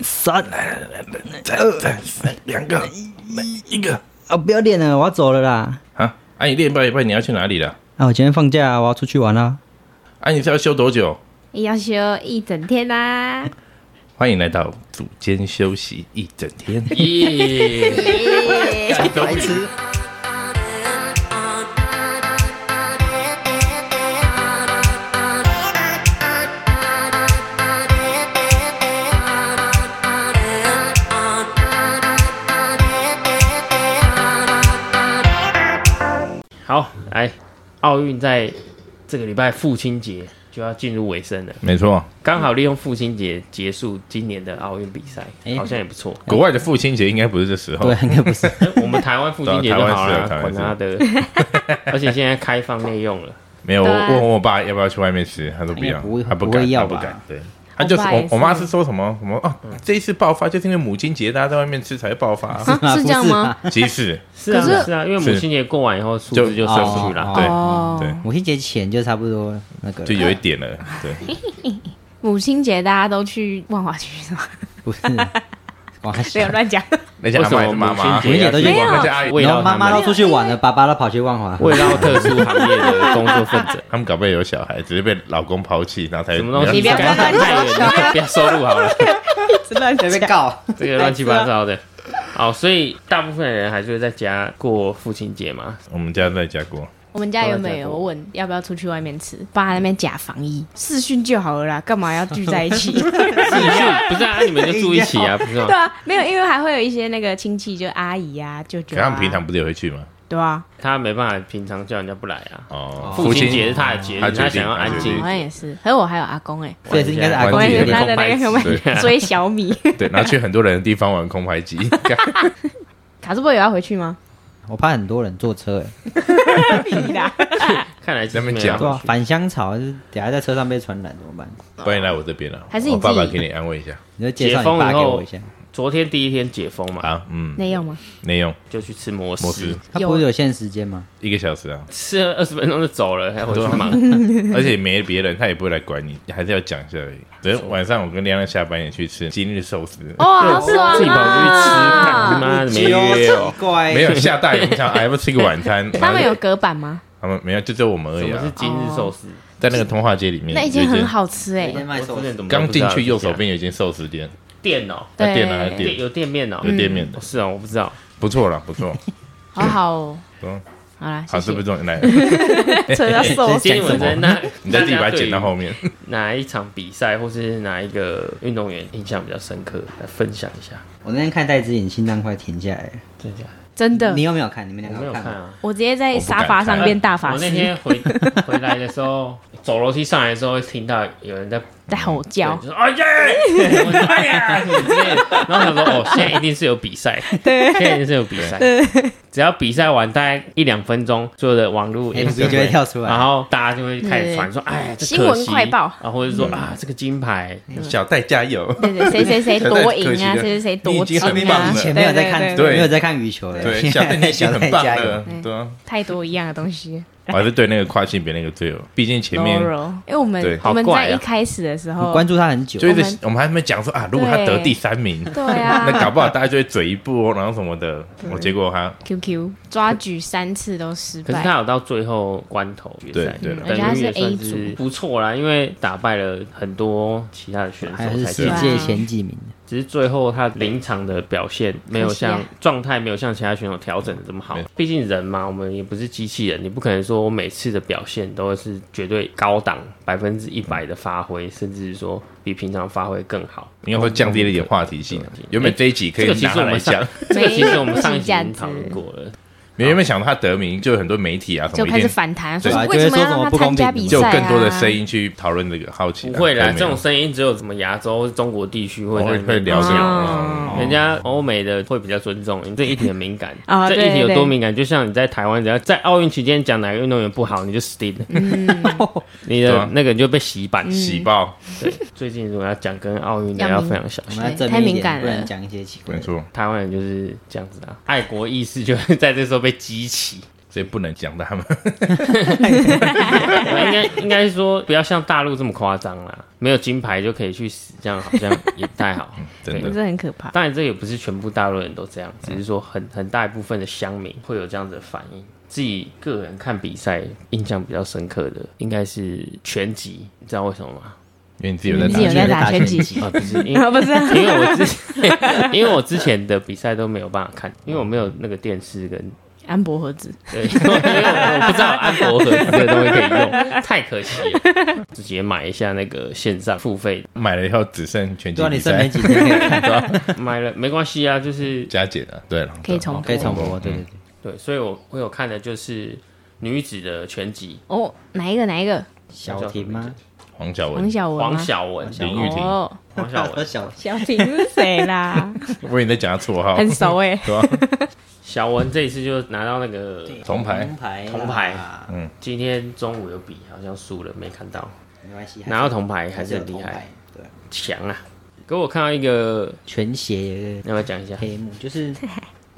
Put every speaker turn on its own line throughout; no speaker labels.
三，
再二、再三、两个、一个
啊，呃不要练了，我要走了啦。
啊！啊，你练半一半，你要去哪里了？
啊，我今天放假，我要出去玩 啦。
啊，你是要休多久？
要休一整天啊啦、
欢迎来到组间休息一整 天。
耶！白痴，好，来，奥运在这个礼拜父亲节就要进入尾声了，
没错，
刚好利用父亲节结束今年的奥运比赛，
哎
好像也不错。哎
国外的父亲节应该不是这时候
对。，哦应该不是。
我们台湾父亲节就好了，管他的。而且现在开放内用了，
没有，我
对啊
问我爸要不要去外面吃，他说不
哎
要
呀不会，
他不
不
敢，
会要
他
吧
不敢。对，他就是
我爸也
我
是
我妈是说什么什么哦，这一次爆发就是因为母亲节大家在外面吃才会 爆发，
啊是这样吗
不是啊？
其实
是啊
可是
是啊，因为母亲节过完以后，数
就
字就上去
哦
了。
对
嗯
哦
对，
母亲节前就差不多那个，
就有一点了，对。
母亲节大家都去万华区是 吗？
不是。 哇，
没有乱讲。
那家阿妈还是妈妈，
为什么母亲节
也都啊去
逛
那家阿姨
味
然
道
后妈妈
他
都
们
出去玩了，爸爸都跑去万 华。
味道特殊行业的工作分 子，
他们搞不好有小孩，只是被老公抛弃，然后才
什么东西
你不要
该谈太远了，不要收入好 了，
乱被告。
这个乱七八糟
啊
的。好，所以大部分人还是会在家过父亲节嘛。
我们家在家过，
我们家原本有问要不要出去外面吃，爸那边假防疫，视讯就好了啦，干嘛要聚在一 起？对
是不是啊？你们就住一起啊，不是吗？
啊，没有，因为还会有一些那个亲戚，就阿姨啊、舅舅
可
啊。
他们平常不是也会去吗？
对啊，
他没办法，平常叫人家不来啊。
哦，
父亲节是他的节日，
他决定
他想要安
他决
静
定
好。像也是。可是我还有阿公哎、
所以是应该是阿
我
公
关
还
键
有
决定
他的那个什么
对
追小米，
对，然后去很多人的地方玩空拍机， 干
卡斯伯有要回去吗？
我怕很多人坐车哎，
屁啦！
看来哦是
那边
没有
讲
对啊吧？返乡潮，就是等下在车上被传染怎么办？
不然你来我这边了，
还是你
我爸爸
自己
给你安慰一下
你就介绍你爸给我一下。
昨天第一天解封嘛，
啊，嗯，
那用吗？
内用
就去吃摩
摩斯
斯，
他不是有限时间吗？
一个小时啊，
吃了二十分钟就走了，还回去忙。
而且没别人，他也不会来管你，还是要讲一下而已。等下晚上我跟亮亮下班也去吃今日寿司，
哦，好爽
自己跑出去吃，干他
啊！
妈的没约哦！
奇怪，
没有下大雨，我想哎要不吃个晚餐？
他们有隔板吗？
他们没有，就只有我们而
什
已
么是
啊，
今日寿司？
在那个通化街里面，
那一间很，好吃哎、
每天卖寿
我真的
司，
怎么都
刚
不知道
进去右手
这家
边有一间寿司店，
店哦，
啊那店啊店
对
店有店面哦，
有店面的
哦，是哦，我不知道。
不错了，不错，
好好哦
嗯，
好啦，谢
好，是
谢
不。是重点来？
扯到寿司
今天我在 那，
你再自己把
大
它
家对
剪到后面。
哪一场比赛或是哪一个运动员印象比较深刻，来分享一下。
我那天看戴之颖心脏快停下来了，
真的假的？
真的
你，有没有看？你们两
我
个
没有
看
看
吗？
啊。
我直接在沙发上变大法
我那
师，
天回 回来的时候，走楼梯上来的时候，会听到有人在
在吼叫
就。说哎耶，我说哎呀 什么之类的。然后想说哦，现在一定是有 比赛，对，现在一定是有比赛。只要比赛完大概一两分钟，所有的 网络
FB 就会跳出来
然后大家就会开始传说，哎，这可惜
新闻快报嗯
啊，或者说啊，这个金牌
小戴加油！
对对，谁谁谁多赢啊，
可惜了
谁谁谁
你
多
已经
金
很棒
啊
了
以，前没有在看，
对
对
对
没有在看羽球的，
对，
现
小戴
在
你已经很棒
小戴加油
了，对啊。
太多一样的东西。
我还是对那个跨性别那个最有，毕竟前面
Noro 因为我
对
们
好
我们
怪啊
在一开始的时
我
候，
关注他很久，
就一
我
直
们
我们还没讲说啊，如果他得第三名，
对啊
那搞不好大家就会嘴一步哦，然后什么的。我结果他
QQ 抓举三次都失
可是
败，
他有到最后关头决赛，
对对
而且他
但
是
也算
A
是
组
不错啦，因为打败了很多其他的选
还
手
是
才
世
进
啊
界前几名。
只是最后他临场的表现没有像
可惜啊
状态没有像其他选手调整的这么好
没，
毕竟人嘛，我们也不是机器人，你不可能说我每次的表现都是绝对高档百分之一百的发挥，甚至是说比平常发挥更好。
应该说降低了一点话题性。原本这一集可以
这个其
拿
实
它
我
来
们上
讲，，
这个其实我们上一集已
没
经讨论过了，
原本想到他得名，就有很多媒体啊什
就
么一
开始
定
反弹，
对
说
啊
为什么
就会说
要
什么
让
不
他
公
参
平
加比
就
赛
有
啊？
更多的声音去讨论这个好奇啊。
不会啦，
都没
这
有
种声音只有什么亚洲、中国地区会
我
在
会
那边
会聊这个
哦
嗯。
人家欧美的会比较尊重你，这议题很 敏感
啊
这
对
议题有
对
多敏感？就像你在台湾，只要在奥运期间讲哪个运动员不好，你就死 定了，你
对
的
啊
那个你就被洗版。
嗯
喜报，
对，最近如果要讲跟奥运的，
要
要
敏
非常小
我
心。
们要正
太
面一
敏感
点，
了
不能讲一些奇怪
没
的。
错。
台湾人就是这样子啊，爱国意识就会在这时候被激起。
所以不能讲到他们。
应该应该说不要像大陆这么夸张啦，没有金牌就可以去死，这样好像也不太好。
真的
这很可怕。
当然，这也不是全部大陆人都这样，只是说很很大一部分的乡民会有这样子的反应。自己个人看比赛印象比较深刻的，应该是拳击，你知道为什么吗？
因为你自己有在
你
打
自己有
拳，
在打拳击
啊，不是，因为
啊，不是啊，
因为我之前 因为我之前的比赛都没有办法看，因为我没有那个电视跟
安博盒子，
对， 因为我不知道安博盒子这个东西可以用，太可惜了。自己也买一下那个线上付费
买了以后只剩拳击
对啊，
比
你剩没
赛
几天可以看，
的，买了没关系啊，就是
加减啊。 对了，
可以重播
可以重播，对对对。
对，所以我我有看的就是女子的拳击，
哦，哪一个哪一个？
小婷吗？
黄晓
黄
雯、
晓雯吗，
黄晓雯，
林玉婷，
哦，
黄晓 雯，
小
小婷是谁 啦？
我以为你在讲他绰号，
很熟哎、
对啊吧？
小雯这一次就拿到那个，
铜牌
铜牌啦，
铜牌今天中午有比，好像输了没看到，
没关系，
拿到铜牌还
还
是
是
很厉害，，
对。
强啊！可我看到一个，
全协有一个
要不要讲一下？
黑幕，就是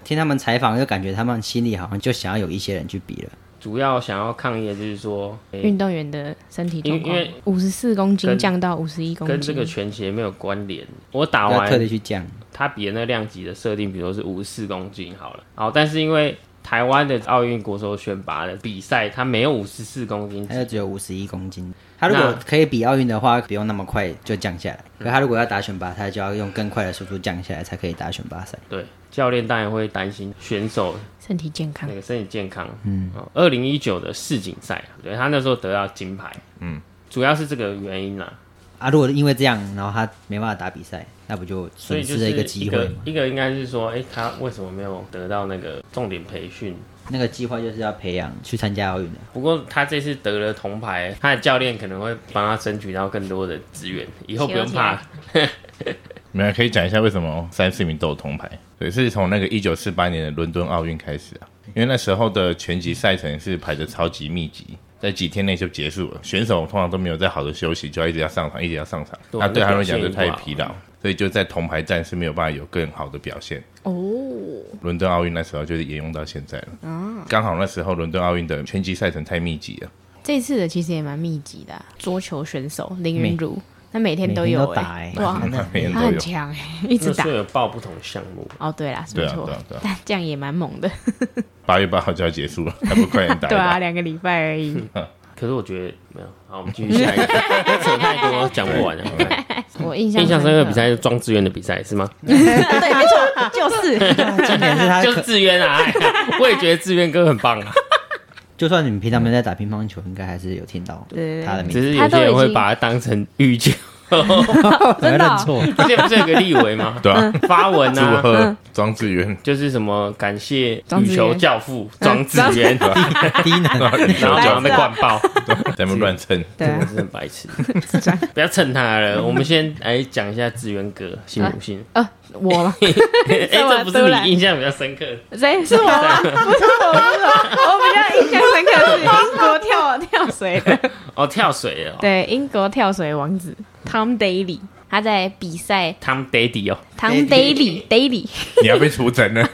听他们采访，就感觉他们心里好像就想要有一些人去比了。
主要想要抗议的就是说，诶
运动员的身体状况
因为因，
五十四公斤
跟
降到五十一公斤，
跟这个拳协没有关联。我打
要特
完
地去降，
他比的那量级的设定，比如说是五十四公斤好了，好，但是因为台湾的奥运国手选拔的比赛，他没有五十四公斤
他
级，
就只有五十一公斤。他如果
那
可以比奥运的话，不用那么快就降下来。可他如果要打选拔，他就要用更快的速度降下来，才可以打选拔赛。
对，教练当然会担心选手
身体健
啊
康
那，个身体健康。嗯，二零一九的世锦赛，对他那时候得到金牌，嗯，主要是这个原因啦。
啊，如果因为这样，然后他没办法打比赛，那不就
所
损
以就
失
是
了
一
一个机会
个
吗？
一个应该是说，哎、他为什么没有得到那个重点培训？
那个计划就是要培养去参加奥运的。
不过他这次得了铜牌，他的教练可能会帮他争取到更多的资源，以后不用怕。
没有可以讲一下为什么三四名都有铜牌？对，是从那个一九四八年的伦敦奥运开始啊，因为那时候的拳击赛程是排的超级密集。在几天内就结束了，选手通常都没有再好的休息，就要一直要上场，一直要上场。
对
那对他们来讲
那
就
个
太
变化
疲劳，所以就在铜牌战是没有办法有更好的表现。
哦，
伦敦奥运那时候就是沿用到现在了。
啊
刚好那时候伦敦奥运的拳击赛程太密集了，
这次的其实也蛮密集的啊、桌球选手林云儒，他每天都
每天
有
都
哎、
打哎
哇，
每天
他
都
很
有。
强哎、一直
那
打
时。候有报不同项目，
哦，对啦，是
对
没
啊，
错
对，啊，对啊，
但这样也蛮猛的，
八月八号就要结束 了，还不快点打一
对啊，
打？
两个礼拜而已。
可是我觉得没有。好，我们继续下一个，扯太多讲不完了。啊
我印象
印象深刻
刻
的比，赛是庄志渊的比赛是吗？
对，没错， 就是
重点 是他
就是
可，
志渊啊，哎呀我也觉得志渊哥很棒啊，
就算你们平常没在打乒乓球，应该还是有听到
对
他的
嗯
名
只
字，
是有些人会把他当成玉 球。
怎么会
真的
认
哦
错？
之前不是有个立委吗？
对
嗯
啊，
发文
祝
啊，
贺庄智 渊
就是什么感谢
庄
羽
智
球
渊
教父庄子 渊，
第一
然
难，
后羽球
然后
就
讲
要
他被灌爆，
咱们乱蹭，
对啊
我，是很白痴，不要蹭他了。我们先来讲一下志渊哥信 不信？
呃，我吗？
哎，这不是你印象比较深刻的，
谁是我吗？不是我，不是我，我比较印象深刻的是英国跳跳水的，
哦，跳水了哦
对，英国跳水王子 Tom Daly，他在比赛
，Tom Daddy 哦，
Tom Daly Daly
你要被出征 了。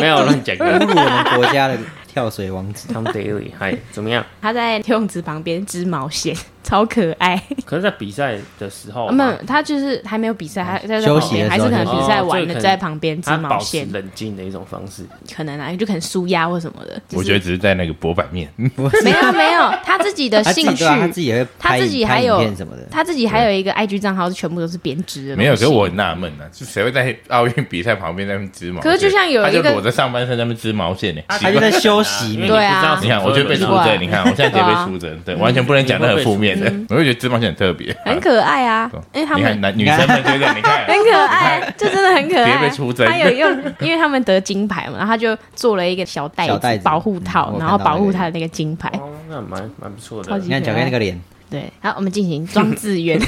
没有乱讲的
侮辱我们国家的跳水王子。
，Tom Daddy，嗨，怎么样？
他在游泳池旁边织毛线， 超可爱。
可是，在比赛的时候
啊
啊，
没有，他就是还没有比赛，还在在
休
旁
息
边，
的
还
时
是
候
可能
就
比
哦
赛
这
完
可
了
能
在旁边织
他
毛
保持
线，
冷静的一种方式。
可能啊，就可能舒压或什么的。
我觉得只是在那个薄板面，
没有没有，他自己的
他自己
兴趣
对啊，他自己也会
他
拍
自己
拍
还
影
有
片什么的。
他自己还有一个 IG 账号，全部都是编织的。
没有。可是我，很纳闷啊，就谁会在奥运比赛旁边在那边织毛线？
可是就像有一
他
个啊
就裸着上半身在那边织毛线呢，
他就在休息嘛
对啊
你看，我就被出
对啊
征，你看，我现在直接被出征，对，完全不能讲任何负面的。我就觉得织毛线很特别，
很可爱啊，因为他
你看
们哎
男女生们觉得，你看
很可 爱，就真的很可
别
爱
被出征
啊。他有用，因为他们得金牌嘛，然后他就做了一个小袋
小袋
子
子
保护
嗯
套，
我
然后
看到
保
那
护
个
他的那个金牌。
哦，那蛮蛮不错
哎超
的
级。
你看小盖那个脸，
对，好，我们进行庄志 渊。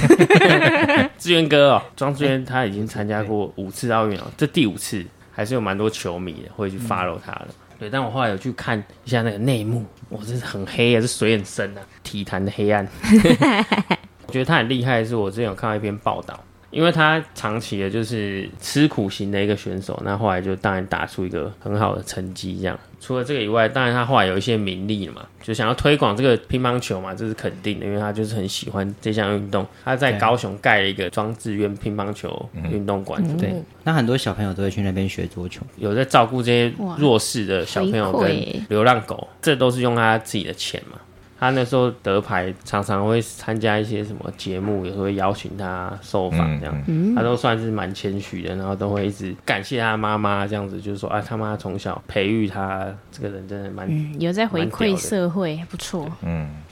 志渊哥
哎
哦，庄志渊他已经参加过五次奥运了，这第五次还是有蛮多球迷的
嗯
会去 follow 他的。对，但我后来有去看一下那个内幕，我真是很黑啊，这水很深啊，体坛的黑暗。我觉得他很厉害，是我之前有看到一篇报道，因为他长期的就是吃苦型的一个选手，那后来就当然打出一个很好的成绩。这样，除了这个以外，当然他后来有一些名利了嘛，就想要推广这个乒乓球嘛，这是肯定的，因为他就是很喜欢这项运动。他在
对
高雄盖了一个庄志渊乒乓球运动馆，
啊
对，
那很多小朋友都会去那边学桌球，
有在照顾这些弱势的小朋友
哇回馈
跟
耶
流浪狗，这都是用他自己的钱嘛。他那时候得牌，常常会参加一些什么节目，有时候会邀请他受
嗯
访这样，
嗯
他都算是蛮谦虚的，然后都会一直感谢他妈妈这样子，就是说啊，他妈从小培育他这个人真的蛮。
嗯，有在回
蛮屌
馈
的
社会，不错，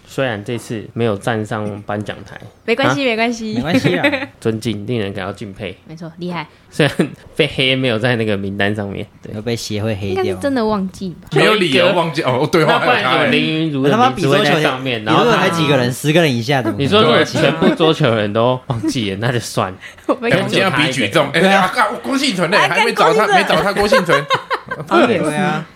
虽然这次没有站上颁奖台，
没关系，没关系
没，关系 啊，
尊敬令人感到敬佩。
没错，厉害，
虽然被黑没有在那个名单上面， 对，
要被协会黑
应该是
掉。
真的忘记吧？
没有理由忘记哦，对
那
话
不
还有他
然有
欸，
林云如
我他
的
妈
名
比
字
桌球
会在
也
上面，
比
然后
桌球
他
才几个人，十个人以下的。
你说如果
对
全部桌球人都忘记了，那就算了。
我们
哎我们今天要比举重，哎
对啊
呀，啊郭幸存嘞，
啊
还没找
干郭
他，
幸存
没找他郭幸存，
对啊，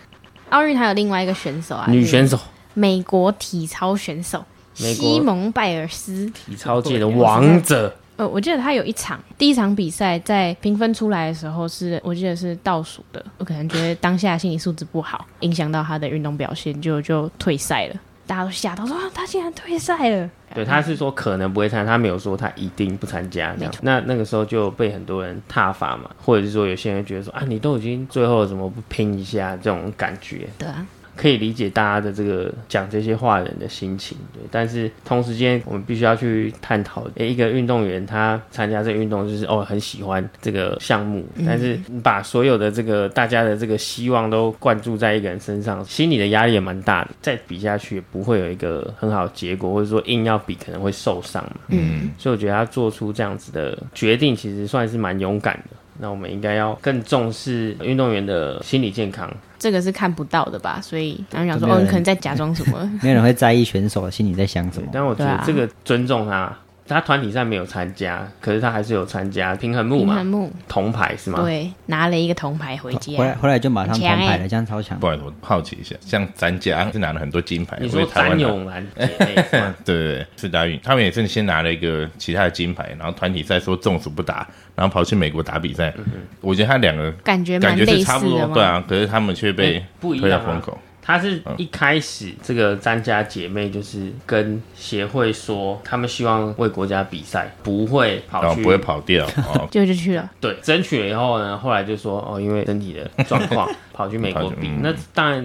奥运还有另外一个选手啊，
女
是
选手，
美国体操选手
美国
西蒙拜尔斯。
体操界的王者，
呃，我记得他有一场第一场比赛，在评分出来的时候是，我记得是倒数的。我可能觉得当下心理素质不好，影响到他的运动表现，就就退赛了。大家都吓到说啊，他竟然退赛了。
对，他是说可能不会参加，他没有说他一定不参加这样
没。
那那个时候就被很多人挞伐嘛，或者是说有些人觉得说啊，你都已经最后了怎么不拼一下这种感觉，
对啊，
可以理解大家的这个讲这些话的人的心情，对。但是同时间，我们必须要去探讨，诶、一个运动员他参加这个运动，就是哦很喜欢这个项目，但是你把所有的这个大家的这个希望都灌注在一个人身上，心里的压力也蛮大的。再比下去也不会有一个很好的结果，或者说硬要比可能会受伤嘛。
嗯，
所以我觉得他做出这样子的决定，其实算是蛮勇敢的。那我们应该要更重视运动员的心理健康。
这个是看不到的吧？所以然后想
都没
说，
有
哦，你
人
可能在假装什么？
没有人会在意选手心里在想什么。
但我觉
对
得
啊
这个尊重他，他团体赛没有参加，可是他还是有参加平衡木
平
嘛
衡，木
铜牌是吗？
对，拿了一个铜牌
啊
回
回来
家。
回来就马上
啊很
铜
强
牌
欸
了，这样超强。
不好意思，我好奇一下，像咱家是拿了很多金牌，
你
我
说
觉得台湾
詹
拿
永兰姐妹 是吗
对对对，四大运，他们也是先拿了一个其他的金牌，然后团体赛说中暑不打，然后跑去美国打比赛。我觉得他两个
感觉
感
蛮
觉
类
是差
似
不多
的，嘛，
对啊，可是他们却被
哎不一
推
样
到
啊
风口。
她是一开始这个詹家姐妹就是跟协会说，他们希望为国家比赛，不会
然
跑
后
去
不会跑 掉哦，
就就去了。
对，争取了以后呢，后来就说哦，因为身体的状况 跑去美国
跑去
比，
嗯
那当然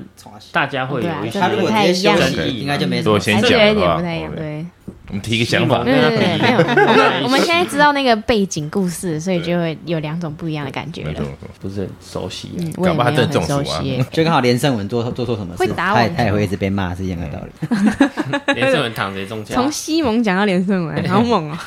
大家会
对啊
有一些
他如果直接休息
争议
应该就没什
如
么
果
事。
先
还
讲
是有
的
一点
话
不，太一样，
我
对。
我们提一个想法
西，蒙
对对对，没有。我
对
们我们现在知道那个背景故事，所以就会有两种不一样的感觉
没错
了。
没错，
不是很熟悉、啊。
嗯，我也
搞不好
没
他
有
真的
很熟
中暑啊
悉耶。
就刚好连胜文做做错什么事，
会打
他
网
也
球
他也会一直被骂，是一样的道理。
连胜文躺着也中枪啊
从，西蒙讲到连 胜文，好猛哦！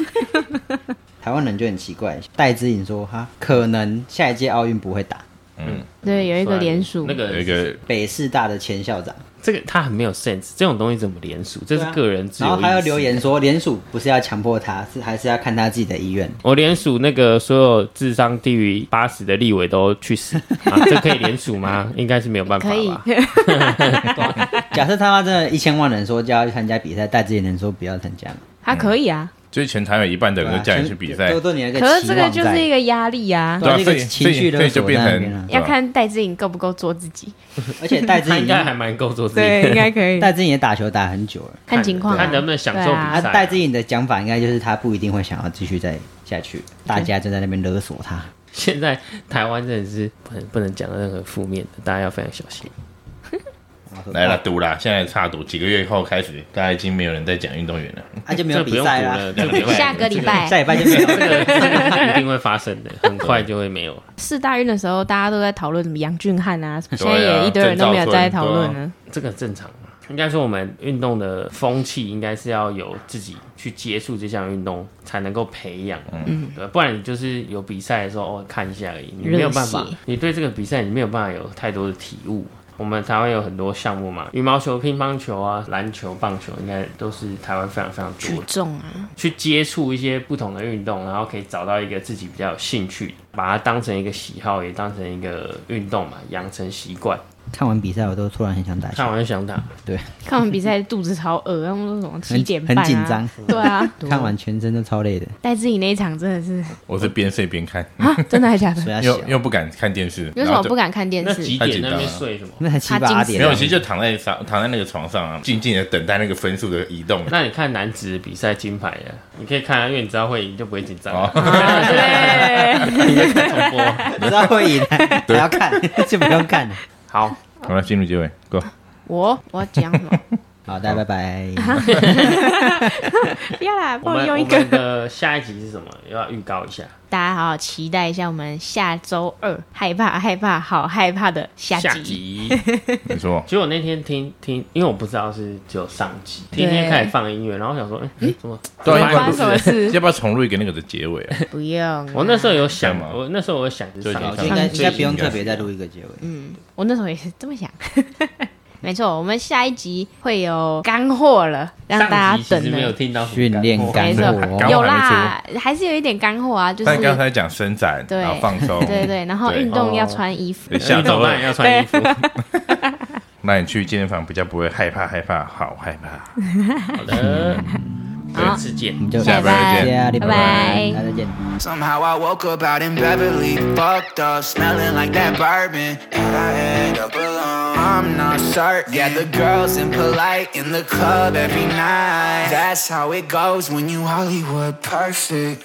台湾人就很奇怪，戴之颖说哈，可能下一届奥运不会打。
嗯，
对，有一
虽
个
然
联署
那，个
有一个
北师大的前校长，
这个他很没有 sense，这种东西怎么联署？这是个人自由、
啊然后他又留言，说，联署不是要强迫他，是还是要看他自己的意 愿。
我联署那个所有智商低于八十的立委都 去死啊！这可以联署吗？应该是没有办法
可以
吧。
假设他妈真的一千万人说就要去参加比赛，戴之颖能说不要参加吗？
他可以啊，
就是全台湾一半的人
对
都
啊
叫你去比赛
就，对你有一个期
可
望
是这个就是
在。
一个压力啊，
对啊
对啊，所
这嗯个
以所
情绪
以
勒
所以就
索
变
在那
成
边啊
对吧
要看戴志颖够不够做自己。
而且戴之
他应
颖
该还蛮够做自己
对，应
的，
该可 以
戴之颖也打球打很久了，
看情况啊，
看能不能享受
对
啊，
啊
比赛。
戴之颖的讲法应该就是他不一定会想要继续再下去，大家就在那边勒索他。
现在台湾真的是不能不能讲任何负面的，大家要非常小心。
然后说哦
来了，赌啦，现在差赌，几个月后开始，大家已经没有人在讲运动员了。
啊就没有
这不
比
用
赛
赌
啦
了，，这不用赌了
下个礼 拜
下礼拜就没有。
这个这个一定会发生的，很快就会没有了。
四大运的时候，大家都在讨论什么杨俊翰啊，什么
对
现
啊
在也一堆人都没有在讨论
郑兆
呢。
这个正常嘛？应该说我们运动的风气应该是要有自己去接触这项运动才能够培养，嗯，对，不然你就是有比赛的时候哦看一下而已，你没有办法
热血，
你对这个比赛你没有办法有太多的体悟。我们台湾有很多项目嘛，羽毛球、乒乓球啊、篮球、棒球，应该都是台湾非常非常多
举
的。
重啊，
去接触一些不同的运动，然后可以找到一个自己比较有兴趣，把它当成一个喜好，也当成一个运动嘛，养成习惯。
看完比赛，我都突然很想打球
看。完就想打，
对，
看完比赛肚子超饿，然后说什么七
很
点
很
半、啊、
紧张，
对啊，
看完全身都超累的，
戴志颖那一场真的是
我是边睡边看，
啊，真的还假的？
所以要小
又。又不敢看电视，
你为什
然
么
后就
不敢看电
那
视
几？
太
点
紧
那
张
边
了
睡什么？
那才七
他
八
惊
点
喜
啊，
没有，其实就躺在上躺在那个床上啊，静静的等待那个分数的移动。啊
那你看男子比赛金牌的，你可以看啊，因为你知道会赢，就不会紧张。
哦
啊 对，
你在看
哦
重播。
不知道会赢，啊 还要看 就不用看了。
好，
好了，进入结尾，Go。
我我要讲什么？
好，大家拜拜。
不要啦，
我
帮我
们
用一
我
个
们。的下一集是什么？要预告一下。
大家好好期待一下我们下周二害怕害怕好害怕的 下集。
集。
没 错，
结果那天听听，因为我不知道是只有上集，天天开始放音乐，然后我想说，哎，怎么？
对啊
发生什么事？
要不要重录一个那个的结尾啊？
不用，
我那时候有想
干，嘛
我那时候我有想是上
好
就
集
应该
上集
应该不用特别再录一个结尾。
嗯
我那时候也是这么想。 没错，我们下一集会有干货了，让大
上
家
集其
等
实没有
了。
听到什么
训练
干货
干
没
货
错，
干货
有啦，还是有一点干货啊，就是
但刚才讲伸展，
对
然后放松，
对对，然后
对
运动要
哦
穿衣服
对，下
运动
周
当然
二，
要穿 衣服，
那你去健身房比较不会害怕，害怕，好害怕。
好 的，
好
下次见
我。们就下
下拜拜
礼
拜
拜
拜
大。家再见。
Somehow I woke up out in Beverly, fucked up, smelling like that bourbon. And I end up alone. I'm not certain. Yeah, the girls impolite in the club every night. That's how it goes when you Hollywood perfect.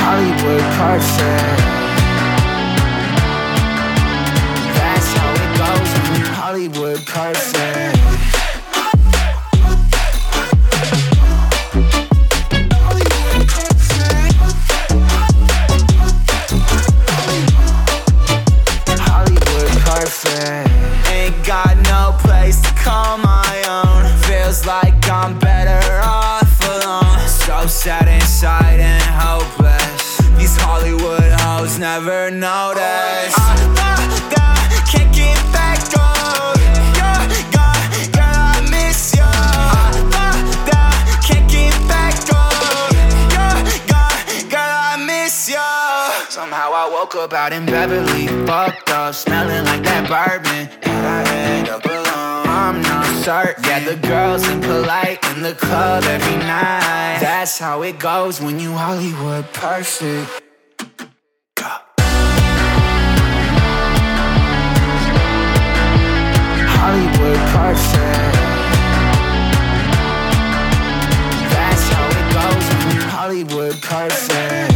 Hollywood perfect. That's how it goes when you Hollywood perfect. Hollywood perfect. Ain't got no place to call my own. Feels like I'm better off alone. So sad inside and hopeless. These Hollywood hoes never notice. I, I, I Oh, can't get back up. You're gone, girl, I miss you. I, I, I can't get back up. You're gone, girl, I miss you. Somehow I woke up out in Beverly, fucked up, smelling like that bourbon. And I end up alone. I'm not certain. Yeah, the girls impolite in the club every night. That's how it goes when you Hollywood perfect. Hollywood perfect. That's how it goes when you Hollywood perfect.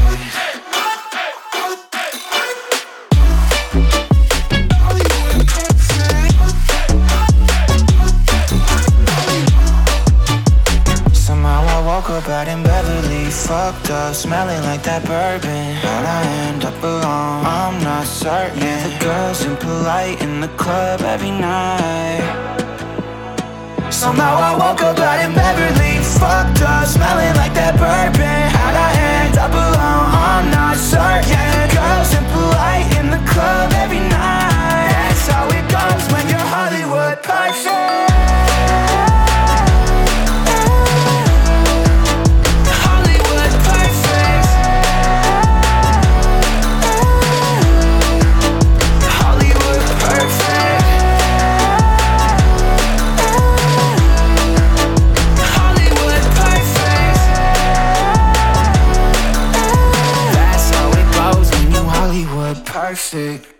Somehow I woke up out in Beverly, fucked up, smelling like that bourbon. But I end up alone, I'm not certain. The girls impolite in the club every night. Somehow I woke up out in Beverly, fucked up, smelling like that bourbon. How'd I end up alone? I'm not certain. The girls impolite in the club every night. That's how it goes when you're Hollywood perfect. Hollywood perfect. Hollywood perfect. Hollywood perfect. That's how it goes when you Hollywood perfect.